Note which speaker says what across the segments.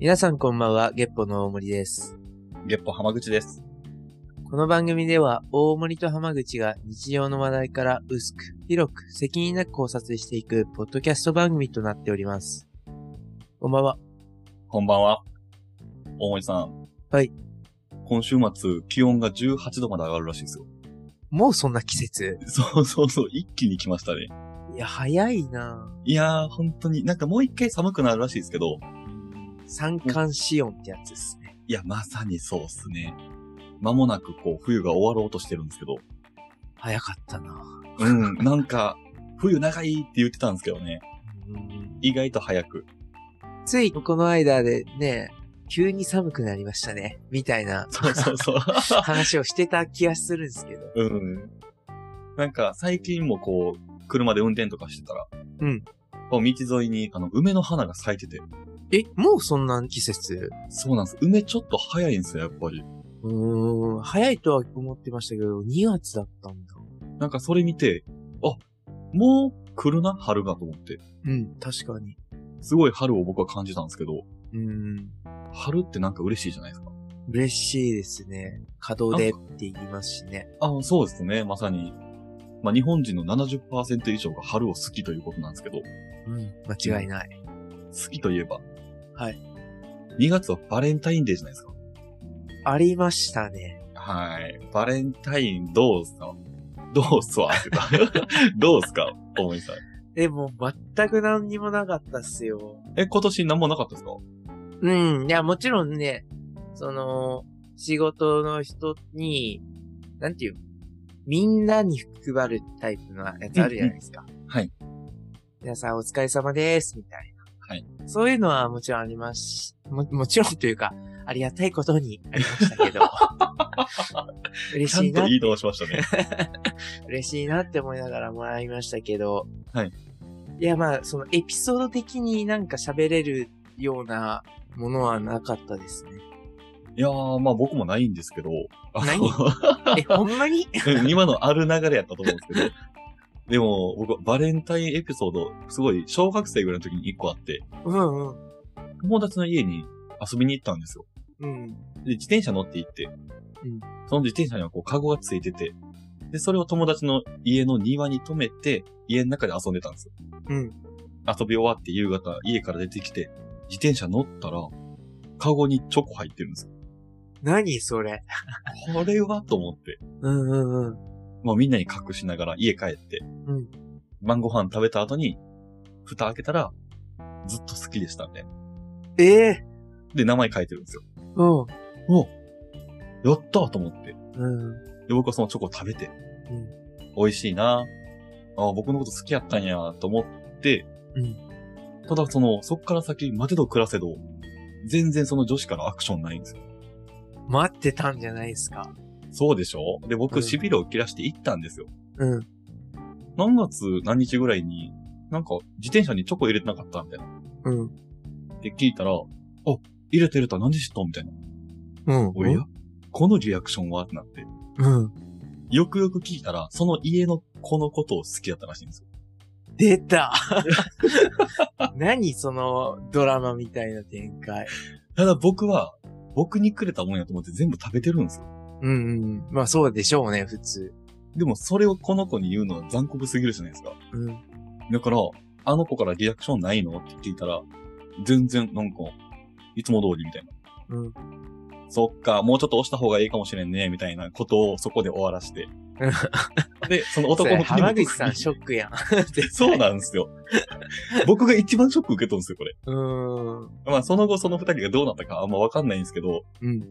Speaker 1: 皆さんこんばんは、ゲッポの大森です。
Speaker 2: ゲッポ浜口です。
Speaker 1: この番組では、大森と浜口が日常の話題から薄く、広く、責任なく考察していく、ポッドキャスト番組となっております。こんばんは。
Speaker 2: こんばんは。大森さん。
Speaker 1: はい。
Speaker 2: 今週末、気温が18度まで上がるらしいですよ。
Speaker 1: もうそんな季節
Speaker 2: そうそうそう、一気に来ましたね。
Speaker 1: いや、早いない
Speaker 2: やー、本当に、なんかもう一回寒くなるらしいですけど、
Speaker 1: ぁ三寒四温ってやつですね。
Speaker 2: いや、まさにそうっすね。間もなくこう、冬が終わろうとしてるんですけど、
Speaker 1: 早かったな
Speaker 2: うん、なんか、冬長いって言ってたんですけどね、
Speaker 1: うん
Speaker 2: 意外と早く。
Speaker 1: ついこの間でね、急に寒くなりましたね、みたいな
Speaker 2: そうそうそう。
Speaker 1: 話をしてた気がするんですけど。
Speaker 2: うん。なんか、最近もこう、車で運転とかしてたら、
Speaker 1: うん。
Speaker 2: こう道沿いに、あの、梅の花が咲いてて、
Speaker 1: え、もうそんな季節
Speaker 2: そうなんです。梅ちょっと早いんですよ、やっぱり。
Speaker 1: うーん、早いとは思ってましたけど、2月だったんだ。
Speaker 2: なんかそれ見て、あ、もう来るな、春がと思って。
Speaker 1: うん、確かに。
Speaker 2: すごい春を僕は感じたんですけど、
Speaker 1: うーん、
Speaker 2: 春ってなんか嬉しいじゃないですか。
Speaker 1: 嬉しいですね。稼働でって言いますしね。
Speaker 2: あ、そうですね、まさに。まあ日本人の70%以上が春を好きということなんですけど、
Speaker 1: うん、間違いない。
Speaker 2: 好きといえば。
Speaker 1: はい。
Speaker 2: 2月はバレンタインデーじゃないですか。
Speaker 1: ありましたね。
Speaker 2: はい。バレンタインどうっすかどうっすわって言ったどうっすか大森さん。
Speaker 1: でも、全く何にもなかったっすよ。
Speaker 2: え、今年何もなかったですか
Speaker 1: うん、いや、もちろんね、その、仕事の人に、なんていうのみんなに配るタイプのやつあるじゃないですか。
Speaker 2: はい。
Speaker 1: 皆さんお疲れ様です、みたいな。
Speaker 2: はい。
Speaker 1: そういうのはもちろんありますし、も、もちろんというか、ありがたいことにありましたけ ど。嬉
Speaker 2: ちゃ
Speaker 1: しい
Speaker 2: んと
Speaker 1: な、
Speaker 2: 言い直しましたね。
Speaker 1: 嬉しいなって思いながらもらいましたけど。
Speaker 2: はい。
Speaker 1: いや、まあ、そのエピソード的になんか喋れるようなものはなかったですね。
Speaker 2: いやー、まあ僕もないんですけど。あ
Speaker 1: ない
Speaker 2: の
Speaker 1: え、ほんまに
Speaker 2: 今のある流れやったと思うんですけど。でも、僕、バレンタインエピソード、すごい、小学生ぐらいの時に一個あって、
Speaker 1: うんうん。
Speaker 2: 友達の家に遊びに行ったんですよ。
Speaker 1: うん。
Speaker 2: で、自転車乗って行って、
Speaker 1: ん
Speaker 2: その自転車にはこう、カゴがついてて、で、それを友達の家の庭に止めて、家の中で遊んでたんですよ。
Speaker 1: うん。
Speaker 2: 遊び終わって夕方、家から出てきて、自転車乗ったら、カゴにチョコ入ってるんですよ。
Speaker 1: 何それ。
Speaker 2: これはと思って。
Speaker 1: うんうんうん。
Speaker 2: もうみんなに隠しながら家帰って、
Speaker 1: うん
Speaker 2: 晩ご飯食べた後に、蓋開けたら、ずっと好きでしたみたいな。
Speaker 1: ええ
Speaker 2: で、名前書いてるんですよ。
Speaker 1: うん。
Speaker 2: やったーと思って。で、
Speaker 1: うん。
Speaker 2: 僕はそのチョコを食べて、
Speaker 1: うん
Speaker 2: 美味しいなああ、僕のこと好きやったんやと思って、
Speaker 1: うん
Speaker 2: ただその、そっから先、待てど暮らせど、全然その女子からアクションないんですよ。
Speaker 1: 待ってたんじゃないですか。
Speaker 2: そうでしょで、
Speaker 1: う
Speaker 2: 僕、
Speaker 1: ん
Speaker 2: 痺れを切らして行ったんですよ。
Speaker 1: うん。
Speaker 2: 何月何日ぐらいに、なんか、自転車にチョコ入れてなかったみたいな。
Speaker 1: うん。
Speaker 2: って聞いたら、あ、入れて入れた、なんで知ったんみたいな。
Speaker 1: うん。
Speaker 2: おやこのリアクションはってなって。
Speaker 1: うん。
Speaker 2: よくよく聞いたら、その家の子のことを好きだったらしいんですよ。
Speaker 1: 出た 何そのドラマみたいな展開。
Speaker 2: ただ僕は、僕にくれたもんやと思って全部食べてるんですよ。
Speaker 1: うんうん。まあそうでしょうね、普通。
Speaker 2: でもそれをこの子に言うのは残酷すぎるじゃないですか。
Speaker 1: うん。
Speaker 2: だから、あの子からリアクションないのって聞いたら、全然なんか、いつも通りみたいな。
Speaker 1: うん。
Speaker 2: そっか、もうちょっと押した方がいいかもしれんね、みたいなことをそこで終わ らして。で、その
Speaker 1: そ
Speaker 2: 男
Speaker 1: れ
Speaker 2: の子にも
Speaker 1: 浜口さんショックやん。
Speaker 2: そうなんですよ。僕が一番ショック受けとんですよ、これ。
Speaker 1: うーん。
Speaker 2: まあ、その後その二人がどうなったかあんまわかんないんですけど、
Speaker 1: うん。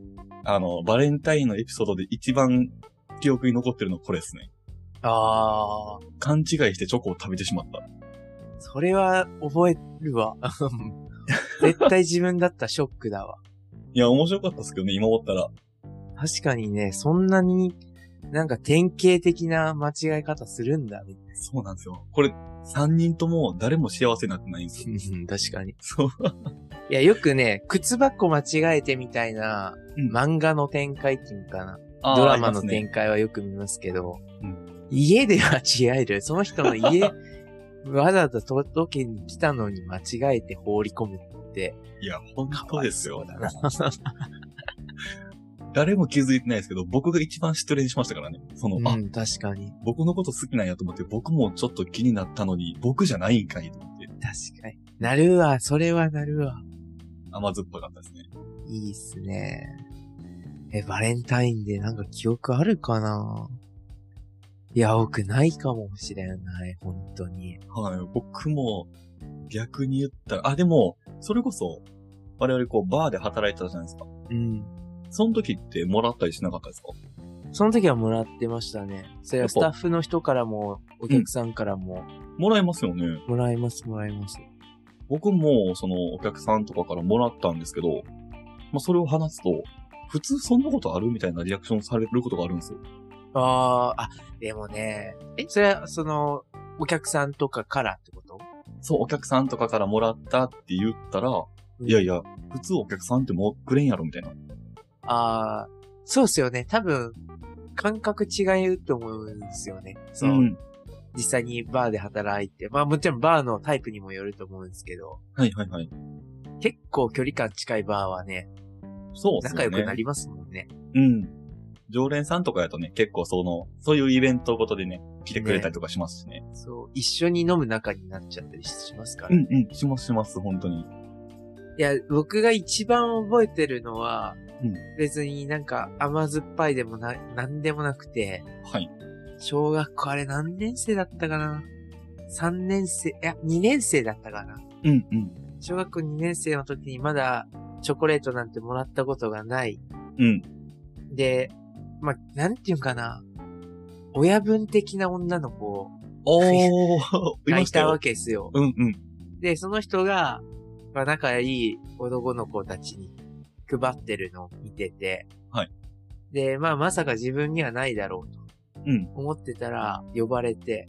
Speaker 2: あの、バレンタインのエピソードで一番記憶に残ってるのはこれですね。
Speaker 1: あー。
Speaker 2: 勘違いしてチョコを食べてしまった。
Speaker 1: それは覚える わ。絶対自分だったらショックだわ。
Speaker 2: いや、面白かったですけどね、今思ったら。
Speaker 1: 確かにね、そんなに、なんか典型的な間違い方するんだ、みたい
Speaker 2: そうなんですよ。これ、三人とも誰も幸せになってないんですよ。
Speaker 1: な。確かに。
Speaker 2: そう。
Speaker 1: いや、よくね、靴箱間違えてみたいな、
Speaker 2: うん
Speaker 1: 漫画の展開っていうのかな。
Speaker 2: あー
Speaker 1: ドラマ
Speaker 2: あ
Speaker 1: の
Speaker 2: りますね
Speaker 1: 展開はよく見ますけど、
Speaker 2: う
Speaker 1: 家で間違える。その人の家わざわざ届けに来たのに間違えて放り込むって、
Speaker 2: いや、本当ですよ。
Speaker 1: かわいそう
Speaker 2: 誰も気づいてないですけど、僕が一番失恋しましたからね。その、
Speaker 1: だな。
Speaker 2: あ
Speaker 1: う、ん、確かに。
Speaker 2: 僕のこと好きなんやと思って、僕もちょっと気になったのに、僕じゃないんかいと思って、
Speaker 1: 確かに。なるわ、それはなるわ。
Speaker 2: 甘酸っぱかったですね。
Speaker 1: いいっすね。え、バレンタインでなんか記憶あるかないや、多くないかもしれない、本当に。
Speaker 2: はい、僕も逆に言ったら、あ、でも、それこそ、我々こう、バーで働いてたじゃないですか。
Speaker 1: うん。
Speaker 2: その時ってもらったりしなかったですか
Speaker 1: その時はもらってましたね。それはスタッフの人からも、お客さんからも、
Speaker 2: もらえますよね。
Speaker 1: もらえます、もらえます。
Speaker 2: 僕も、その、お客さんとかからもらったんですけど、まあ、それを話すと、普通そんなことあるみたいなリアクションされることがあるんですよ。
Speaker 1: ああ、あ、でもね、え、それは、その、お客さんとかからってこと
Speaker 2: そう、お客さんとかからもらったって言ったら、いやい
Speaker 1: や。
Speaker 2: や、普通お客さんってもうくれんやろみたいな。
Speaker 1: ああ、そうっすよね。多分、感覚違うと思うんですよね。その、
Speaker 2: ん。
Speaker 1: 実際にバーで働いて、まあもちろんバーのタイプにもよると思うんですけど、
Speaker 2: はいはいはい。
Speaker 1: 結構距離感近いバーはね、
Speaker 2: そうですよ
Speaker 1: 仲
Speaker 2: ね。
Speaker 1: 良くなりますもんね。
Speaker 2: うん。常連さんとかやとね、結構その、そういうイベントごとでね、来てくれたりとかしますしね。
Speaker 1: そう、一緒に飲む仲になっちゃったりしますから。
Speaker 2: うんうん、しますします、本当に。
Speaker 1: いや、僕が一番覚えてるのは、
Speaker 2: うん
Speaker 1: 別になんか甘酸っぱいでもな、なんでもなくて、
Speaker 2: はい。
Speaker 1: 小学校あれ何年生だったかな ?3 年生、いや、2年生だったかな
Speaker 2: うんうん。
Speaker 1: 小学校2年生の時にまだチョコレートなんてもらったことがない。
Speaker 2: うん。
Speaker 1: で、まあ、なんていうんかな。親分的な女の子
Speaker 2: お ー、い
Speaker 1: が
Speaker 2: ま
Speaker 1: い
Speaker 2: した
Speaker 1: たわ
Speaker 2: よ。
Speaker 1: けですよ。
Speaker 2: うんうん。
Speaker 1: で、その人が、まあ、仲いい男の子たちに配ってるのを見てて、
Speaker 2: はい。
Speaker 1: で、まあ、まさか自分にはないだろうと
Speaker 2: うん。
Speaker 1: 思ってたら、呼ばれて、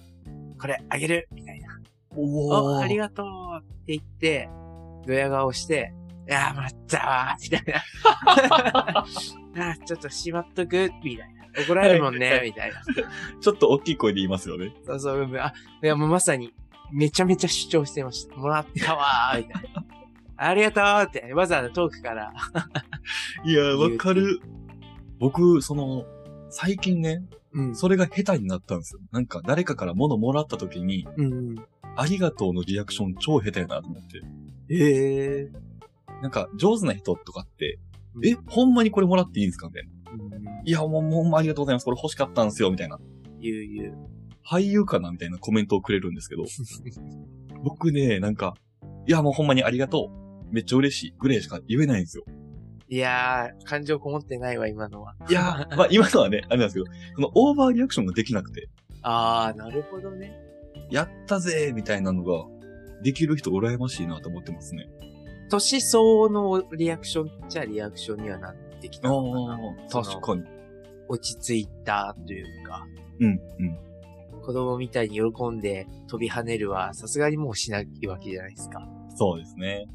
Speaker 1: これあげるみたいな。
Speaker 2: お
Speaker 1: お、ありがとうって言って、ドヤ顔して、いやー、待ったわーみたいな。 あーちょっとしまっとくみたいな。怒られるもん
Speaker 2: は
Speaker 1: ね
Speaker 2: い
Speaker 1: みたいな。
Speaker 2: ちょっと大きい声で言いますよね。
Speaker 1: そうそう、うんあ、いや、もうまさに、めちゃめちゃ主張してました。もらったわーみたいな。ありがとうって、わざわざ遠くから。
Speaker 2: いやー、わかる。僕、その、最近ね、
Speaker 1: うん
Speaker 2: それが下手になったんですよ。なんか、誰かから物もらった時に、
Speaker 1: うん。
Speaker 2: ありがとうのリアクション超下手やなと思って。
Speaker 1: ええー。
Speaker 2: なんか、上手な人とかって、
Speaker 1: うん
Speaker 2: え、ほんまにこれもらっていいんですかみたいな。
Speaker 1: うん
Speaker 2: いや、もう、もうほんまありがとうございます。これ欲しかったんですよ、みたいな。
Speaker 1: ゆうゆう。
Speaker 2: 俳優かなみたいなコメントをくれるんです けど、僕ね、なんか、いや、もうほんまにありがとう。めっちゃ嬉しい。ぐらいしか言えないんですよ。
Speaker 1: いやー、感情こもってないわ、今のは。
Speaker 2: いやー、まあ今のはね、あれなんですけど、そのオーバーリアクションができなくて、
Speaker 1: あー、なるほどね。
Speaker 2: やったぜーみたいなのが、できる人羨ましいなと思ってますね。
Speaker 1: 年相応のリアクションっちゃリアクションにはなってきたのかな。
Speaker 2: 確かに。
Speaker 1: 落ち着いたというか、
Speaker 2: うん、うん。
Speaker 1: 子供みたいに喜んで飛び跳ねるはさすがにもうしないわけじゃないですか。
Speaker 2: そうですね。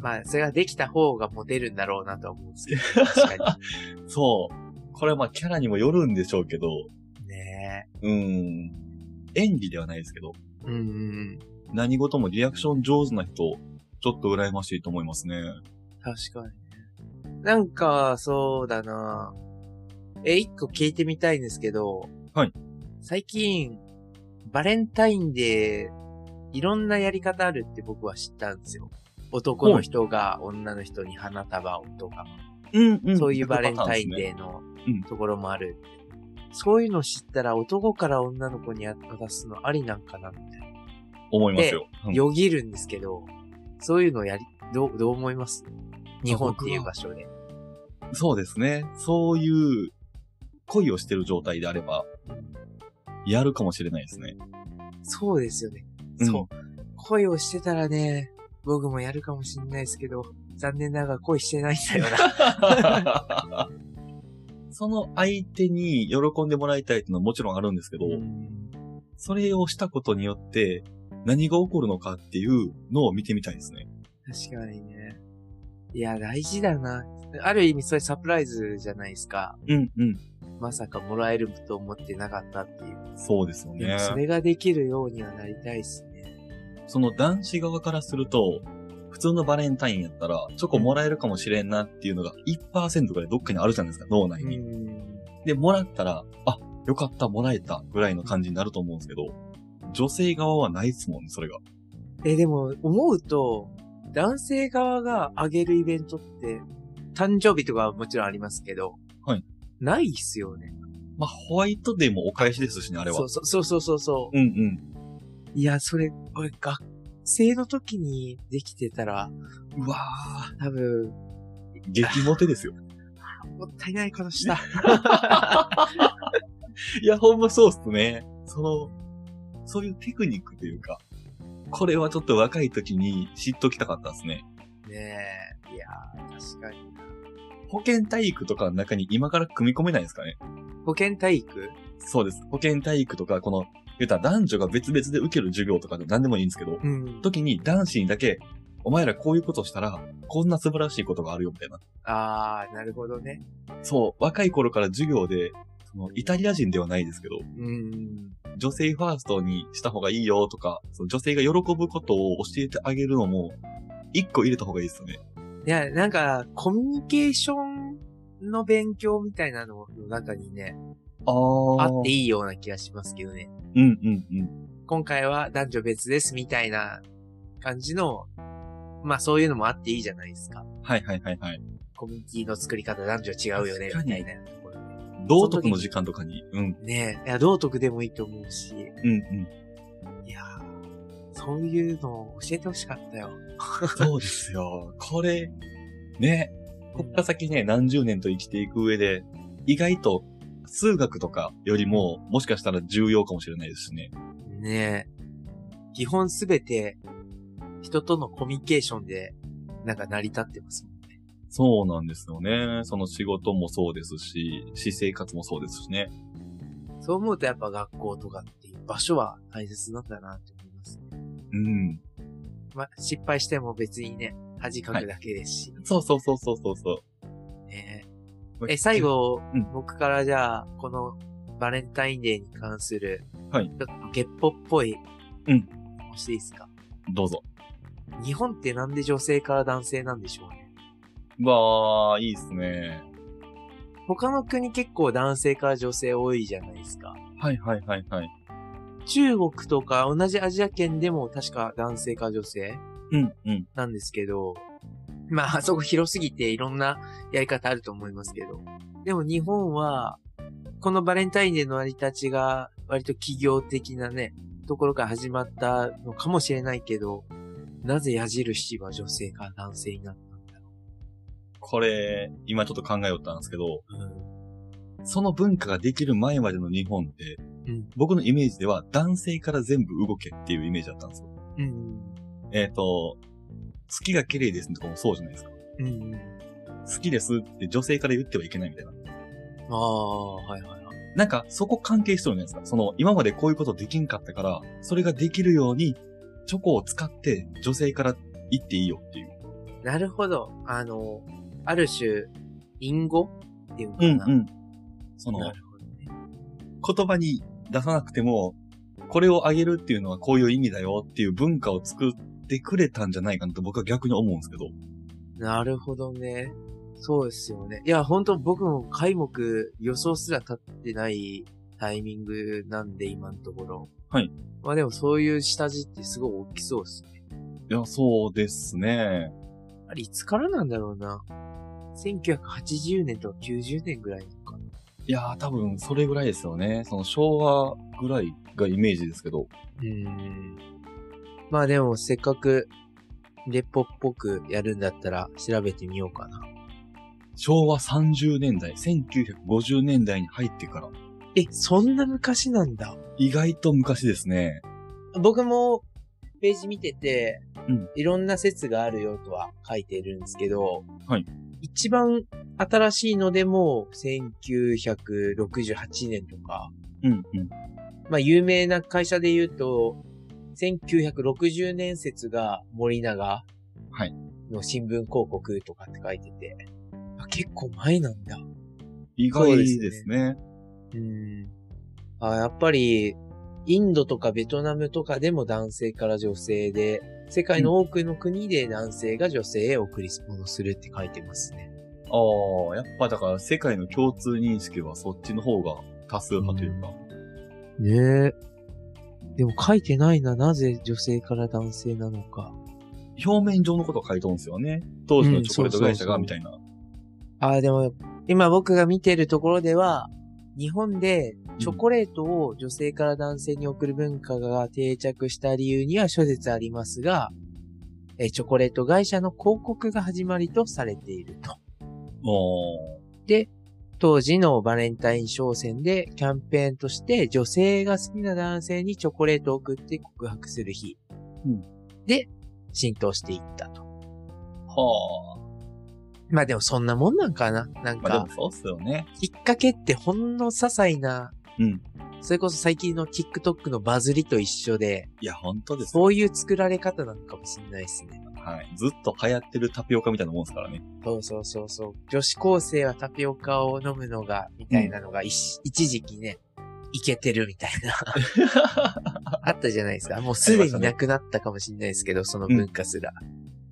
Speaker 1: まあ、それができた方がモテるんだろうなとは思うんですけど、確か
Speaker 2: そう。これはまあキャラにもよるんでしょうけど、
Speaker 1: に。ね
Speaker 2: うーん。演技ではないですけど、
Speaker 1: え。うんうん。
Speaker 2: 何事もリアクション上手な人、ちょっと羨ましいと思いますね。
Speaker 1: 確かにね。なんか、そうだなえ、一個聞いてみたいんですけど。
Speaker 2: はい。
Speaker 1: 最近、バレンタインデー、いろんなやり方あるって僕は知ったんですよ。男の人が女の人に花束をとか、
Speaker 2: うん、う
Speaker 1: そういうバレンタイン
Speaker 2: で。
Speaker 1: デーの
Speaker 2: うん
Speaker 1: ところもある。そういうの知ったら男から女の子に渡すのありなんかなみたいな。
Speaker 2: 思いますよ。うん
Speaker 1: よぎるんですけど、そういうのやり、どう、どう思います日本っていう場所で。
Speaker 2: そうですね。そういう恋をしてる状態であれば、やるかもしれないですね。
Speaker 1: そうですよね。
Speaker 2: うん
Speaker 1: そう。恋をしてたらね、僕もやるかもしれないですけど、残念ながら恋してないんだ よな。
Speaker 2: その相手に喜んでもらいたいっていうのはもちろんあるんですけど、それをしたことによって何が起こるのかっていうのを見てみたいですね。
Speaker 1: 確かにね。いや、大事だな。ある意味それサプライズじゃないですか。
Speaker 2: うんうん。
Speaker 1: まさかもらえると思ってなかったっていう。
Speaker 2: そうですよ
Speaker 1: で
Speaker 2: ね
Speaker 1: も。それができるようにはなりたいっすね。
Speaker 2: その男子側からすると、普通のバレンタインやったら、チョコもらえるかもしれんなっていうのが1%ぐらいどっかにあるじゃないですか、脳内
Speaker 1: う
Speaker 2: に。
Speaker 1: ん。
Speaker 2: で、もらったら、あ、よかった、もらえた、ぐらいの感じになると思うんですけど、女性側はないですもんね、それが。
Speaker 1: え、でも、思うと、男性側があげるイベントって、誕生日とかはもちろんありますけど、
Speaker 2: はい。
Speaker 1: ないっすよね。
Speaker 2: まあ、ホワイトデーもお返しですしね、あれは。
Speaker 1: そうそうそうそうそうそう。
Speaker 2: うんうん。
Speaker 1: いや、それ、俺、学生の時にできてたら、
Speaker 2: うわー、
Speaker 1: 多分、
Speaker 2: 激モテですよ。
Speaker 1: もったいないことした。
Speaker 2: いや、ほんまそうっすね。その、そういうテクニックというか、これはちょっと若い時に知っときたかったですね。
Speaker 1: ねえ。いやー、確かに。
Speaker 2: 保健体育とかの中に今から組み込めないですかね
Speaker 1: 保健体育
Speaker 2: そうです。保健体育とか、この、言うたら男女が別々で受ける授業とかで何でもいいんですけど、
Speaker 1: うん。
Speaker 2: 時に男子にだけ、お前らこういうことしたら、こんな素晴らしいことがあるよ、みたいな。
Speaker 1: あー、なるほどね。
Speaker 2: そう、若い頃から授業で、その、イタリア人ではないですけど、
Speaker 1: うん。
Speaker 2: 女性ファーストにした方がいいよとか、その女性が喜ぶことを教えてあげるのも、一個入れた方がいいですよね。
Speaker 1: いや、なんか、コミュニケーションの勉強みたいなのの中にね、
Speaker 2: あ
Speaker 1: あ
Speaker 2: あ
Speaker 1: っていいような気がしますけどね。
Speaker 2: うんうんうん。
Speaker 1: 今回は男女別ですみたいな感じの、まあそういうのもあっていいじゃないですか。
Speaker 2: はいはいはいはい。
Speaker 1: コミュニティの作り方男女違うよね、
Speaker 2: 確
Speaker 1: み
Speaker 2: か
Speaker 1: た
Speaker 2: に
Speaker 1: いなところね。
Speaker 2: 道徳の時間とかに、うん、
Speaker 1: ねえ、いや、道徳でもいいと思うし、
Speaker 2: うんうん。
Speaker 1: いやーそういうのを教えてほしかった よ。
Speaker 2: そうですよ。これ、ね、こっから先ね、何十年と生きていく上で、意外と数学とかよりも、もしかしたら重要かもしれないですしね。
Speaker 1: ねえ。基本すべて、人とのコミュニケーションで、なんか成り立ってますもんね。
Speaker 2: そうなんですよね。その仕事もそうですし、私生活もそうですしね。
Speaker 1: そう思うとやっぱ学校とかっていう場所は大切なんだなって思いますね。
Speaker 2: うん。
Speaker 1: まあ、失敗しても別にね、恥かくだけですし、
Speaker 2: そうそうそうそうそうそう。
Speaker 1: ねえ。え、最後、
Speaker 2: うん
Speaker 1: 僕からじゃあ、このバレンタインデーに関する、
Speaker 2: はい
Speaker 1: ちょっとゲッポっぽい、
Speaker 2: うん。
Speaker 1: していいですか
Speaker 2: どうぞ。
Speaker 1: 日本ってなんで女性から男性なんでしょうね。
Speaker 2: わー、いいっすね。
Speaker 1: 他の国結構男性から女性多いじゃないですか。
Speaker 2: はいはいはいはい。
Speaker 1: 中国とか同じアジア圏でも確か男性か女性
Speaker 2: うんうん。
Speaker 1: なんですけど、まああそこ広すぎていろんなやり方あると思いますけど。でも日本は、このバレンタインデーの成り立ちが割と企業的なね、ところから始まったのかもしれないけど、なぜ矢印は女性から男性になったんだろ
Speaker 2: これ、今ちょっと考えよったんですけど、
Speaker 1: う。
Speaker 2: その文化ができる前までの日本って、
Speaker 1: うん
Speaker 2: 僕のイメージでは男性から全部動けっていうイメージだったんですよ。
Speaker 1: うん。
Speaker 2: えっ、と、好きが綺麗ですとかもそうじゃないですか。
Speaker 1: うん。うん。
Speaker 2: 好きですって女性から言ってはいけないみたいな。
Speaker 1: ああ、はいはいはい。
Speaker 2: なんか、そこ関係してるんじゃないですか。その、今までこういうことできんかったから、それができるように、チョコを使って女性から言っていいよっていう。
Speaker 1: なるほど。あの、ある種、隠語っていうのかな。
Speaker 2: ん。その、
Speaker 1: なるほどね。
Speaker 2: 言葉に出さなくても、これをあげるっていうのはこういう意味だよっていう文化を作ってくれたんじゃないかなと僕は逆に思うんですけど。
Speaker 1: なるほどね。そうですよね。いや、本当僕も開目予想すら立ってないタイミングなんで、今のところ。
Speaker 2: はい。
Speaker 1: まあでもそういう下地ってすごい大きそうですね。
Speaker 2: いや、そうですね。
Speaker 1: あれ、いつからなんだろうな。1980年とか90年ぐらいなのかな。
Speaker 2: いやー多分それぐらいですよね。その昭和ぐらいがイメージですけど。
Speaker 1: うん。まあでも、せっかく、レッポっぽくやるんだったら調べてみようかな。
Speaker 2: 昭和30年代、1950年代に入ってから。
Speaker 1: え、そんな昔なんだ。
Speaker 2: 意外と昔ですね。
Speaker 1: 僕もページ見てて、
Speaker 2: うん
Speaker 1: いろんな説があるよとは書いてるんですけど、
Speaker 2: はい
Speaker 1: 一番新しいのでも、1968年とか、
Speaker 2: うんうん。
Speaker 1: まあ有名な会社で言うと、1960年説が森永
Speaker 2: はい
Speaker 1: の新聞広告とかって書いてて、あ結構前なんだ。
Speaker 2: 意外ですね。
Speaker 1: うん。あやっぱり、インドとかベトナムとかでも男性から女性で、世界の多くの国で男性が女性へ贈り物するって書いてますね。
Speaker 2: ああ、やっぱだから世界の共通認識はそっちの方が多数派というか。
Speaker 1: ねえ。でも書いてないな、なぜ女性から男性なのか。
Speaker 2: 表面上のことを書いとるんですよね。当時のチョコレート会社が、
Speaker 1: うん
Speaker 2: みたいな。
Speaker 1: ああ、でも、今僕が見てるところでは、日本でチョコレートを女性から男性に送る文化が定着した理由には諸説ありますが、えーチョコレート会社の広告が始まりとされていると。
Speaker 2: お
Speaker 1: 当時のバレンタイン商戦でキャンペーンとして女性が好きな男性にチョコレートを送って告白する日。
Speaker 2: うん
Speaker 1: で、浸透していったと。
Speaker 2: ーは
Speaker 1: まあでもそんなもんなんかななん
Speaker 2: あ。まあ
Speaker 1: か
Speaker 2: で、もそうっすよね。
Speaker 1: きっかけってほんの些細な、
Speaker 2: うん。
Speaker 1: それこそ最近の TikTok のバズりと一緒で、
Speaker 2: いや、本当ですよ。
Speaker 1: そういう作られ方なのかもしれないですね。
Speaker 2: はい。ずっと流行ってるタピオカみたいなもんですからね。
Speaker 1: そうそうそうそう。女子高生はタピオカを飲むのが、みたいなのが、一一時期ね、いけてるみたいな。あったじゃないですか。もうすでになくなったかもしれないですけど、その文化すら。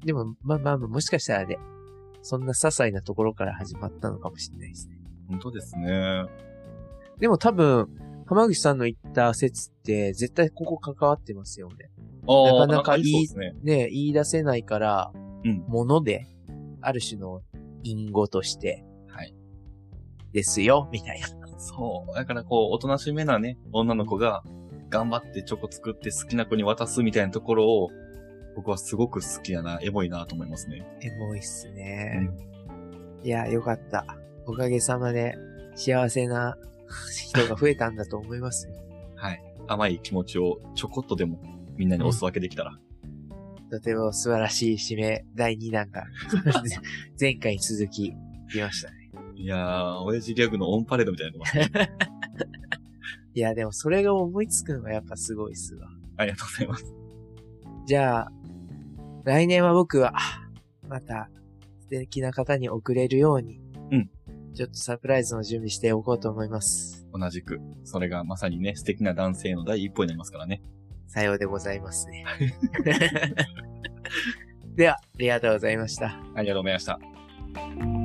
Speaker 1: でも、まあまあまあ、もしかしたらね、そんな些細なところから始まったのかもしれないですね。
Speaker 2: 本当ですね。
Speaker 1: でも多分、浜口さんの言った説って、絶対ここ関わってますよね。
Speaker 2: あ
Speaker 1: なか
Speaker 2: あ、
Speaker 1: なかいい
Speaker 2: そうですね。
Speaker 1: ね、言い出せないから、
Speaker 2: うん
Speaker 1: もので、ある種の隠語として、
Speaker 2: はい。
Speaker 1: ですよ、みたいな。
Speaker 2: そう。だからこう、おとなしめなね、女の子が、頑張ってチョコ作って好きな子に渡すみたいなところを、僕はすごく好きやな、エモいなと思いますね。
Speaker 1: エモいっすね。いや、よかった。おかげさまで、幸せな人が増えたんだと思いますよ。
Speaker 2: はい。甘い気持ちをちょこっとでもみんなにお裾分けできたら。
Speaker 1: とても素晴らしい締め、第2弾が、 前回に続き、来ましたね。
Speaker 2: いやー、親父ギャグのオンパレードみたいにな ってますね。
Speaker 1: いや、でもそれが思いつくのがやっぱすごいっすわ。
Speaker 2: ありがとうございます。
Speaker 1: じゃあ、来年は僕は、また、素敵な方に送れるように、
Speaker 2: うん。
Speaker 1: ちょっとサプライズの準備しておこうと思います。
Speaker 2: 同じく。それがまさにね、素敵な男性の第一歩になりますからね。
Speaker 1: さようでございますね。 では、ありがとうございました。
Speaker 2: ありがとうございました。